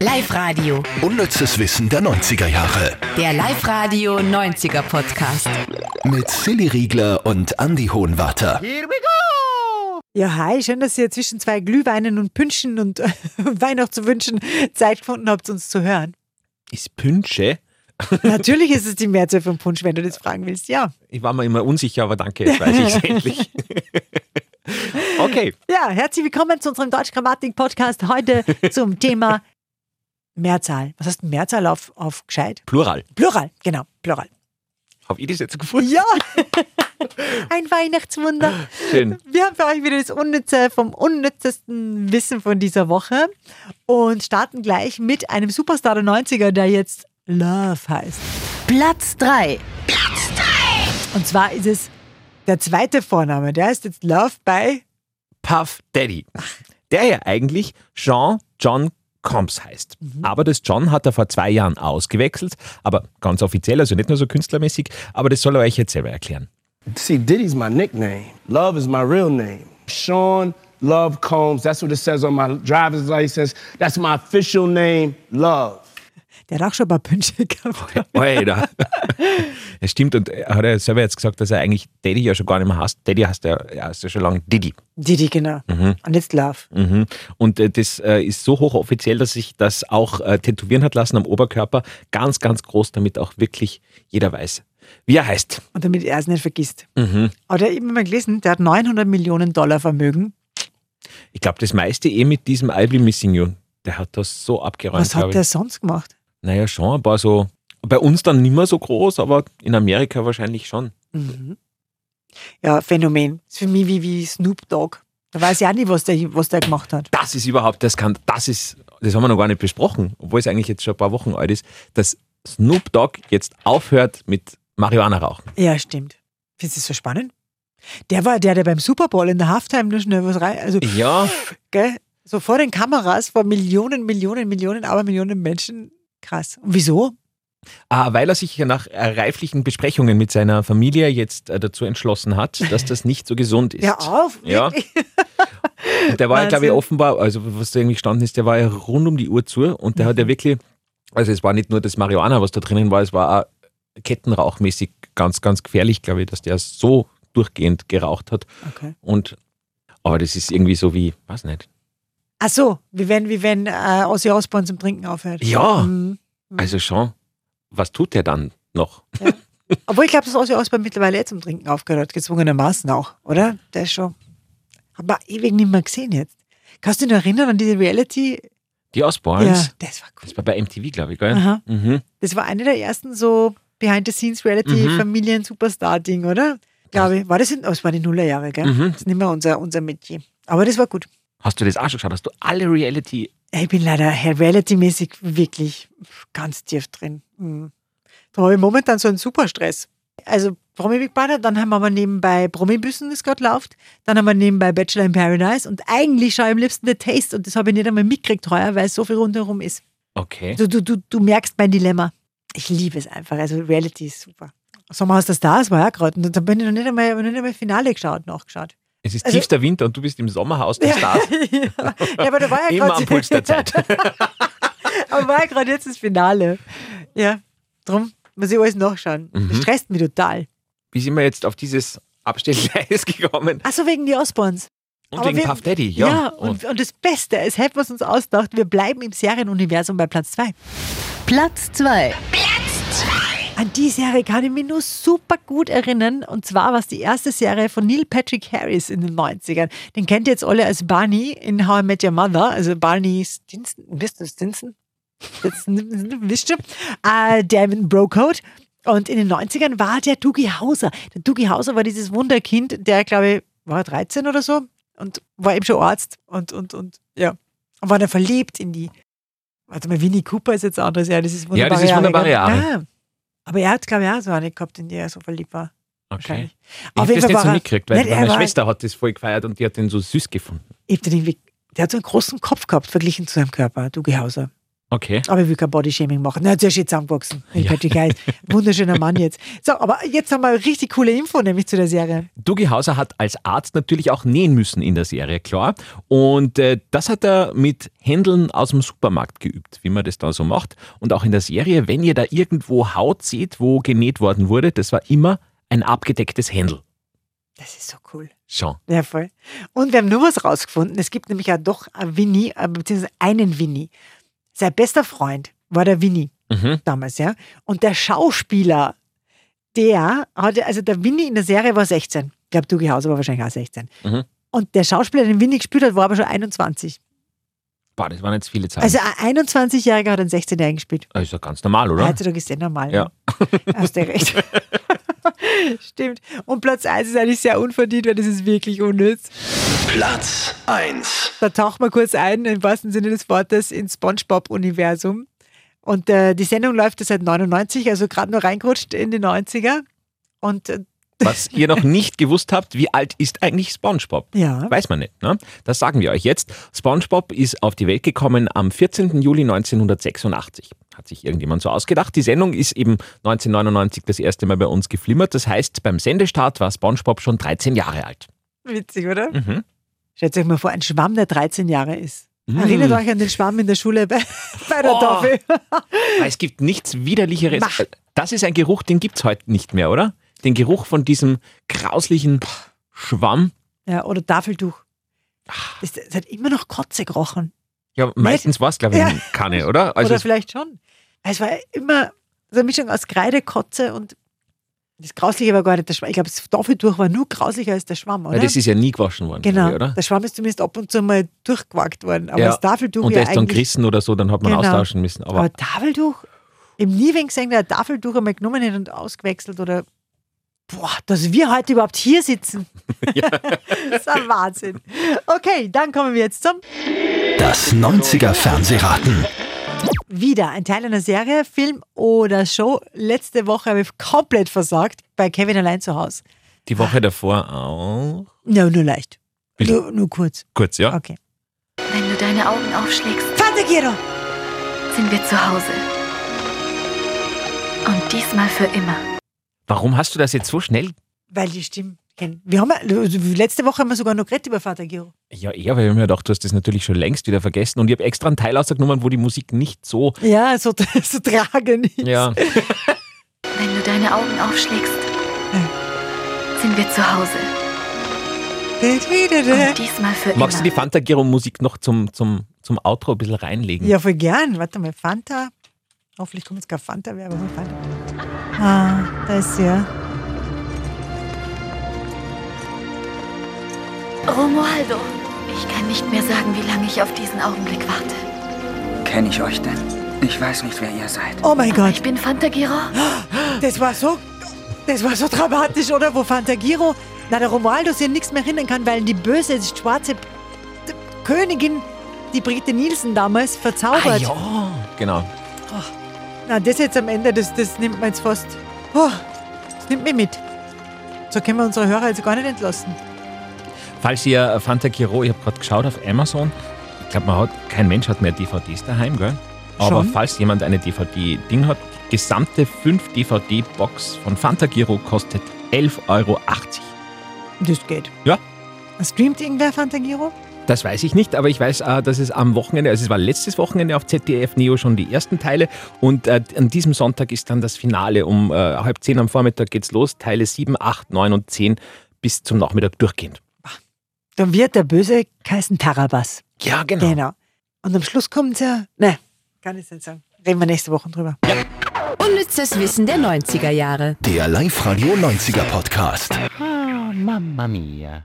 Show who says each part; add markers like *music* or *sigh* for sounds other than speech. Speaker 1: Live-Radio.
Speaker 2: Unnützes Wissen der 90er Jahre.
Speaker 1: Der Live-Radio 90er Podcast.
Speaker 2: Mit Silly Riegler und Andy Hohenwarter.
Speaker 3: Ja, hi, schön, dass ihr zwischen zwei Glühweinen und Pünschen und *laughs* Weihnachtswünschen Zeit gefunden habt, uns zu hören.
Speaker 4: Ist Pünsche?
Speaker 3: Natürlich ist es die Mehrzahl von Punsch, wenn du das fragen willst, ja.
Speaker 4: Ich war mir immer unsicher, aber danke, jetzt weiß ich es endlich. *laughs* Okay,
Speaker 3: Ja, herzlich willkommen zu unserem Deutsch-Grammatik-Podcast heute zum Thema Mehrzahl. Was heißt Mehrzahl auf, auf gescheit?
Speaker 4: Plural.
Speaker 3: Plural, genau, Plural.
Speaker 4: Habe ich das jetzt gefunden?
Speaker 3: Ja, *laughs* ein Weihnachtswunder.
Speaker 4: Schön.
Speaker 3: Wir haben für euch wieder das Unnütze vom unnützesten Wissen von dieser Woche und starten gleich mit einem Superstar der 90er, der jetzt Love heißt.
Speaker 1: Platz 3.
Speaker 3: Und zwar ist es der zweite Vorname, der heißt jetzt Love bei
Speaker 4: Puff Daddy. Der ja eigentlich Jean John Combs heißt. Aber das John hat er vor zwei Jahren ausgewechselt, aber ganz offiziell, also nicht nur so künstlermäßig, aber das soll er euch jetzt selber erklären.
Speaker 5: See, Diddy's my nickname. Love is my real name. Sean Love Combs. That's what it says on my driver's license. That's my official name, Love.
Speaker 3: Der hat auch schon ein paar Pünsche *laughs* gehabt.
Speaker 4: Alter. Es stimmt, und er hat er selber jetzt gesagt, dass er eigentlich Daddy ja schon gar nicht mehr hasst. Daddy heißt ja, er heißt ja schon lange Diddy.
Speaker 3: Didi, genau. Und jetzt Love.
Speaker 4: Mhm. Und äh, das äh, ist so hochoffiziell, dass sich das auch äh, tätowieren hat lassen am Oberkörper. Ganz, ganz groß, damit auch wirklich jeder weiß, wie er heißt. Mhm.
Speaker 3: Und damit er es nicht vergisst. Aber der hat immer mal gelesen, der hat 900 Millionen Dollar Vermögen.
Speaker 4: Ich glaube, das meiste eh mit diesem I Will Missing You. Der hat das so abgeräumt.
Speaker 3: Was
Speaker 4: glaub
Speaker 3: hat
Speaker 4: ich.
Speaker 3: der sonst gemacht?
Speaker 4: Naja, schon ein paar so. Bei uns dann nicht mehr so groß, aber in Amerika wahrscheinlich schon.
Speaker 3: Mhm. Ja, Phänomen. Ist für mich wie, wie Snoop Dogg. Da weiß ich auch nicht, was der, was der gemacht hat.
Speaker 4: Das ist überhaupt, das kann, das ist, das haben wir noch gar nicht besprochen, obwohl es eigentlich jetzt schon ein paar Wochen alt ist, dass Snoop Dogg jetzt aufhört mit Marihuana rauchen.
Speaker 3: Ja, stimmt. Findest du das so spannend? Der war der, der beim Super Bowl in der Halftime nur schnell was rein. Also,
Speaker 4: Ja,
Speaker 3: gell? So vor den Kameras, vor Millionen, Millionen, Millionen, aber Millionen Menschen. Krass. Und wieso?
Speaker 4: Ah, weil er sich ja nach äh, reiflichen Besprechungen mit seiner Familie jetzt äh, dazu entschlossen hat, dass das nicht so gesund
Speaker 3: *laughs*
Speaker 4: ist.
Speaker 3: Ja, auf.
Speaker 4: Ja.
Speaker 3: wirklich?
Speaker 4: Und der war ja, glaube ich,
Speaker 3: Wahnsinn.
Speaker 4: offenbar, also was da irgendwie gestanden ist, der war ja rund um die Uhr zu und der hat
Speaker 3: Mhm.
Speaker 4: ja wirklich, also es war nicht nur das Marihuana, was da drinnen war, es war auch kettenrauchmäßig ganz, ganz gefährlich, glaube ich, dass der so durchgehend geraucht hat.
Speaker 3: Okay.
Speaker 4: Und, aber das ist irgendwie so wie, weiß nicht.
Speaker 3: Ach so, wie wenn, wie wenn äh, Ozzy Osbourne zum Trinken aufhört.
Speaker 4: Ja.
Speaker 3: Mhm.
Speaker 4: Also schon, was tut der dann noch?
Speaker 3: Obwohl ich glaube, dass Ozzy Osbourne mittlerweile eh zum Trinken aufgehört hat, gezwungenermaßen auch, oder? Der ist schon. Hab man ewig nicht mehr gesehen jetzt. Kannst du dich noch erinnern an diese Reality?
Speaker 4: Die Osborns,
Speaker 3: Ja, das war cool.
Speaker 4: das war bei MTV, glaube ich, gell?
Speaker 3: Aha.
Speaker 4: Mhm.
Speaker 3: Das war eine der ersten so Behind-the-Scenes-Reality-Familien-Superstar-Ding, oder? Glaube ich. War das in, oh, das war die Nullerjahre, gell?
Speaker 4: Mhm.
Speaker 3: Das ist nicht mehr unser, unser Metier. Aber das war gut.
Speaker 4: Hast du das auch schon geschaut? Hast du alle Reality
Speaker 3: Ich bin leider reality-mäßig wirklich ganz tief drin. Mhm. Da habe ich momentan so einen Superstress. Also Promi Big Brother, dann haben wir aber nebenbei Promi-Büssen, das gerade läuft. Dann haben wir nebenbei Bachelor in Paradise. Und eigentlich schaue ich am liebsten The Taste. Und das habe ich nicht einmal mitgekriegt heuer, weil es so viel rundherum ist.
Speaker 4: Okay.
Speaker 3: Du, du, du, du merkst mein Dilemma. Ich liebe es einfach. Also Reality ist super. Sommerhaus der Stars war ja gerade. Und da bin ich noch nicht einmal, noch nicht einmal Finale geschaut, nachgeschaut.
Speaker 4: Es ist
Speaker 3: Also-
Speaker 4: tiefster Winter und du bist im Sommerhaus der Stars.
Speaker 3: *laughs* ja, aber da war ja
Speaker 4: Immer
Speaker 3: grad-
Speaker 4: am Puls der Zeit.
Speaker 3: Aber war ja gerade jetzt das Finale. Ja, drum muss ich alles nachschauen. Das stresst mich total.
Speaker 4: Wie sind wir jetzt auf dieses Abstellgleis gekommen?
Speaker 3: Achso, wegen die Osborns.
Speaker 4: Und
Speaker 3: Aber
Speaker 4: wegen
Speaker 3: wir-
Speaker 4: Puff Daddy, ja.
Speaker 3: Ja, und, und das Beste, es hätten wir es uns ausgedacht, wir bleiben im Serienuniversum bei Platz 2.
Speaker 1: Platz 2.
Speaker 3: An die Serie kann ich mich nur super gut erinnern. Und zwar war es die erste Serie von Neil Patrick Harris in den 90ern. Den kennt ihr jetzt alle als Barney in How I Met Your Mother. Also Barney Stinson. Wisst ihr Stinson? Jetzt wisst ihr. Äh, der mit dem Brocode. Und in den 90ern war der Dougie Hauser. Der Dougie Hauser war dieses Wunderkind, der, glaube ich, war 13 oder so und war eben schon Arzt und, und, und, ja. Und war dann verliebt in die. Warte mal, Winnie Cooper ist jetzt ein anderes Jahr, das ist
Speaker 4: Ja,
Speaker 3: wunderbare
Speaker 4: das ist
Speaker 3: Jahre,
Speaker 4: Wunderbare
Speaker 3: gell?
Speaker 4: Jahre.
Speaker 3: Ja. Aber er hat, glaube ich, auch so eine gehabt, in die er so verliebt war.
Speaker 4: okay.
Speaker 3: Wahrscheinlich.
Speaker 4: Ich
Speaker 3: Auf
Speaker 4: habe
Speaker 3: jeden
Speaker 4: das
Speaker 3: Fall
Speaker 4: nicht so
Speaker 3: war er-
Speaker 4: mitgekriegt, weil
Speaker 3: Nein, er
Speaker 4: meine
Speaker 3: war-
Speaker 4: Schwester hat das voll gefeiert und die hat den so süß gefunden.
Speaker 3: Ich hab den irgendwie, der hat so einen großen Kopf gehabt, verglichen zu seinem Körper, Dougie Hauser.
Speaker 4: Okay.
Speaker 3: Aber ich will kein Bodyshaming machen. Na, zuerst jetzt zusammengewachsen. Ja. Patrick Harris. Wunderschöner Mann jetzt. So, aber jetzt haben wir eine richtig coole Info, nämlich zu der Serie.
Speaker 4: Dougie Hauser hat als Arzt natürlich auch nähen müssen in der Serie, klar. Und äh, das hat er mit Händeln aus dem Supermarkt geübt, wie man das da so macht. Und auch in der Serie, wenn ihr da irgendwo Haut seht, wo genäht worden wurde, das war immer ein abgedecktes Händel.
Speaker 3: Das ist so cool.
Speaker 4: Schon.
Speaker 3: Ja, voll. Und wir haben nur was rausgefunden. Es gibt nämlich ja doch ein Winnie, äh, beziehungsweise einen Winnie. Sein bester Freund war der Winnie
Speaker 4: Mhm.
Speaker 3: damals, ja. Und der Schauspieler, der hatte, also der Winnie in der Serie war 16. Ich glaube, Dougie Hauser war wahrscheinlich auch 16.
Speaker 4: Mhm.
Speaker 3: Und der Schauspieler, den Winnie gespielt hat, war aber schon 21.
Speaker 4: Boah, das waren jetzt viele Zahlen.
Speaker 3: Also ein 21-Jähriger hat einen 16-Jährigen gespielt.
Speaker 4: das ist ja ganz normal, oder?
Speaker 3: Heutzutage ist der eh normal.
Speaker 4: Ja.
Speaker 3: ne? *laughs* Hast du recht. *laughs* Stimmt. Und Platz 1 ist eigentlich sehr unverdient, weil das ist wirklich unnütz.
Speaker 2: Platz 1.
Speaker 3: Da taucht man kurz ein, im wahrsten Sinne des Wortes, ins Spongebob-Universum. Und äh, die Sendung läuft ja seit 99, also gerade nur reingerutscht in die 90er. Und äh,
Speaker 4: *laughs* Was ihr noch nicht gewusst habt, wie alt ist eigentlich SpongeBob?
Speaker 3: ja,
Speaker 4: Weiß man nicht, ne? Das sagen wir euch jetzt. SpongeBob ist auf die Welt gekommen am 14. Juli 1986. Hat sich irgendjemand so ausgedacht. Die Sendung ist eben 1999 das erste Mal bei uns geflimmert. Das heißt, beim Sendestart war SpongeBob schon 13 Jahre alt.
Speaker 3: witzig, oder?
Speaker 4: Mhm.
Speaker 3: Stellt euch mal vor, ein Schwamm, der 13 Jahre ist. Erinnert euch an den Schwamm in der Schule bei, *laughs* bei der
Speaker 4: Oh.
Speaker 3: Tafel.
Speaker 4: Aber Es gibt nichts widerlicheres.
Speaker 3: Mach.
Speaker 4: Das ist ein Geruch, den gibt's heute nicht mehr, oder? Den Geruch von diesem grauslichen Schwamm.
Speaker 3: Ja, oder Tafeltuch.
Speaker 4: Ah.
Speaker 3: Das, das hat immer noch Kotze gerochen.
Speaker 4: Ja, meistens war's glaub
Speaker 3: Ja.
Speaker 4: glaube ich, eine Kanne, oder? Also
Speaker 3: Oder
Speaker 4: es
Speaker 3: vielleicht schon. Es war immer so eine Mischung aus Kreide, Kotze und das Grausliche war gar nicht der Schwamm. Ich glaube, das Tafeltuch war nur grauslicher als der Schwamm, oder?
Speaker 4: Ja, das ist ja nie gewaschen worden,
Speaker 3: genau.
Speaker 4: glaub ich, oder?
Speaker 3: Der Schwamm ist zumindest ab und zu mal durchgewagt worden. Aber
Speaker 4: Ja.
Speaker 3: das Tafeltuch
Speaker 4: Und
Speaker 3: ja
Speaker 4: der ist dann
Speaker 3: eigentlich...
Speaker 4: gerissen oder so, dann hat man
Speaker 3: Genau.
Speaker 4: austauschen müssen.
Speaker 3: aber,
Speaker 4: Aber,
Speaker 3: Tafeltuch? Im Niewing gesehen, der ein Tafeltuch einmal genommen hat und ausgewechselt oder... Boah, dass wir heute überhaupt hier
Speaker 4: *laughs*
Speaker 3: sitzen. *laughs* das ist ein Wahnsinn. Okay, dann kommen wir jetzt zum
Speaker 2: Das 90er Fernsehraten.
Speaker 3: wieder ein Teil einer Serie, Film oder Show. Letzte Woche habe ich komplett versagt bei Kevin allein zu Hause.
Speaker 4: die Woche davor auch.
Speaker 3: Ja, nur leicht.
Speaker 4: Bitte?
Speaker 3: Nur, nur kurz.
Speaker 4: Kurz, ja?
Speaker 3: Okay.
Speaker 6: Wenn du deine Augen aufschlägst,
Speaker 3: Vater Gero!
Speaker 6: sind wir zu Hause. Und diesmal für immer.
Speaker 4: Warum hast du das jetzt so schnell?
Speaker 3: Weil die Stimmen kennen. Wir haben, letzte Woche haben wir sogar noch geredet über Vater Gero.
Speaker 4: Ja, eher, weil ich mir gedacht, du hast das natürlich schon längst wieder vergessen und ich habe extra einen Teil ausgenommen, wo die Musik nicht so.
Speaker 3: Ja, so, *laughs* so tragen ist.
Speaker 4: Ja,
Speaker 6: Wenn du deine Augen aufschlägst, sind wir zu Hause. Und diesmal
Speaker 4: magst du
Speaker 6: für immer.
Speaker 3: Genau.
Speaker 4: die Fanta Gero Musik noch zum, zum, zum Outro ein bisschen reinlegen?
Speaker 3: Ja, voll gern. Warte mal, Fanta. Hoffentlich kommt jetzt keine Fanta-Werbung. aber Fanta. Ah, da ist sie ja.
Speaker 6: Romualdo, ich kann nicht mehr sagen, wie lange ich auf diesen Augenblick warte.
Speaker 7: Kenne ich euch denn? Ich weiß nicht, wer ihr seid.
Speaker 3: Oh mein Gott.
Speaker 6: Ich bin Fantagiro.
Speaker 3: Das war so, das war so dramatisch, oder? Wo Fantagiro, na der Romualdo sich an nichts mehr erinnern kann, weil die böse schwarze P- Königin, die Brigitte Nielsen damals, verzaubert.
Speaker 4: ah, ja. Genau.
Speaker 3: Na, das jetzt am Ende, das, das nimmt man jetzt fast. Oh, das nimmt mich mit. So können wir unsere Hörer also gar nicht entlassen.
Speaker 4: Falls ihr äh, Fanta Giro, ich habe gerade geschaut auf Amazon, ich glaube, man hat, kein Mensch hat mehr DVDs daheim, gell? Aber
Speaker 3: Schon.
Speaker 4: falls jemand eine DVD-Ding hat, die gesamte 5-DVD-Box von Fanta Giro kostet 11,80 Euro.
Speaker 3: Das geht.
Speaker 4: Ja.
Speaker 3: Streamt irgendwer Fantagiro?
Speaker 4: Das weiß ich nicht, aber ich weiß, äh, dass es am Wochenende, also es war letztes Wochenende auf ZDF Neo schon die ersten Teile und äh, an diesem Sonntag ist dann das Finale. Um äh, halb zehn am Vormittag geht's los, Teile 7, 8, 9 und 10 bis zum Nachmittag durchgehend.
Speaker 3: Dann wird der Böse geheißen Tarabas.
Speaker 4: Ja, genau.
Speaker 3: Genau. Und am Schluss kommt ja. Ne, kann ich nicht sagen. Reden wir nächste Woche drüber.
Speaker 1: Unnützes Wissen der 90er Jahre.
Speaker 2: Der Live-Radio 90er Podcast.
Speaker 8: Ah, mamma mia.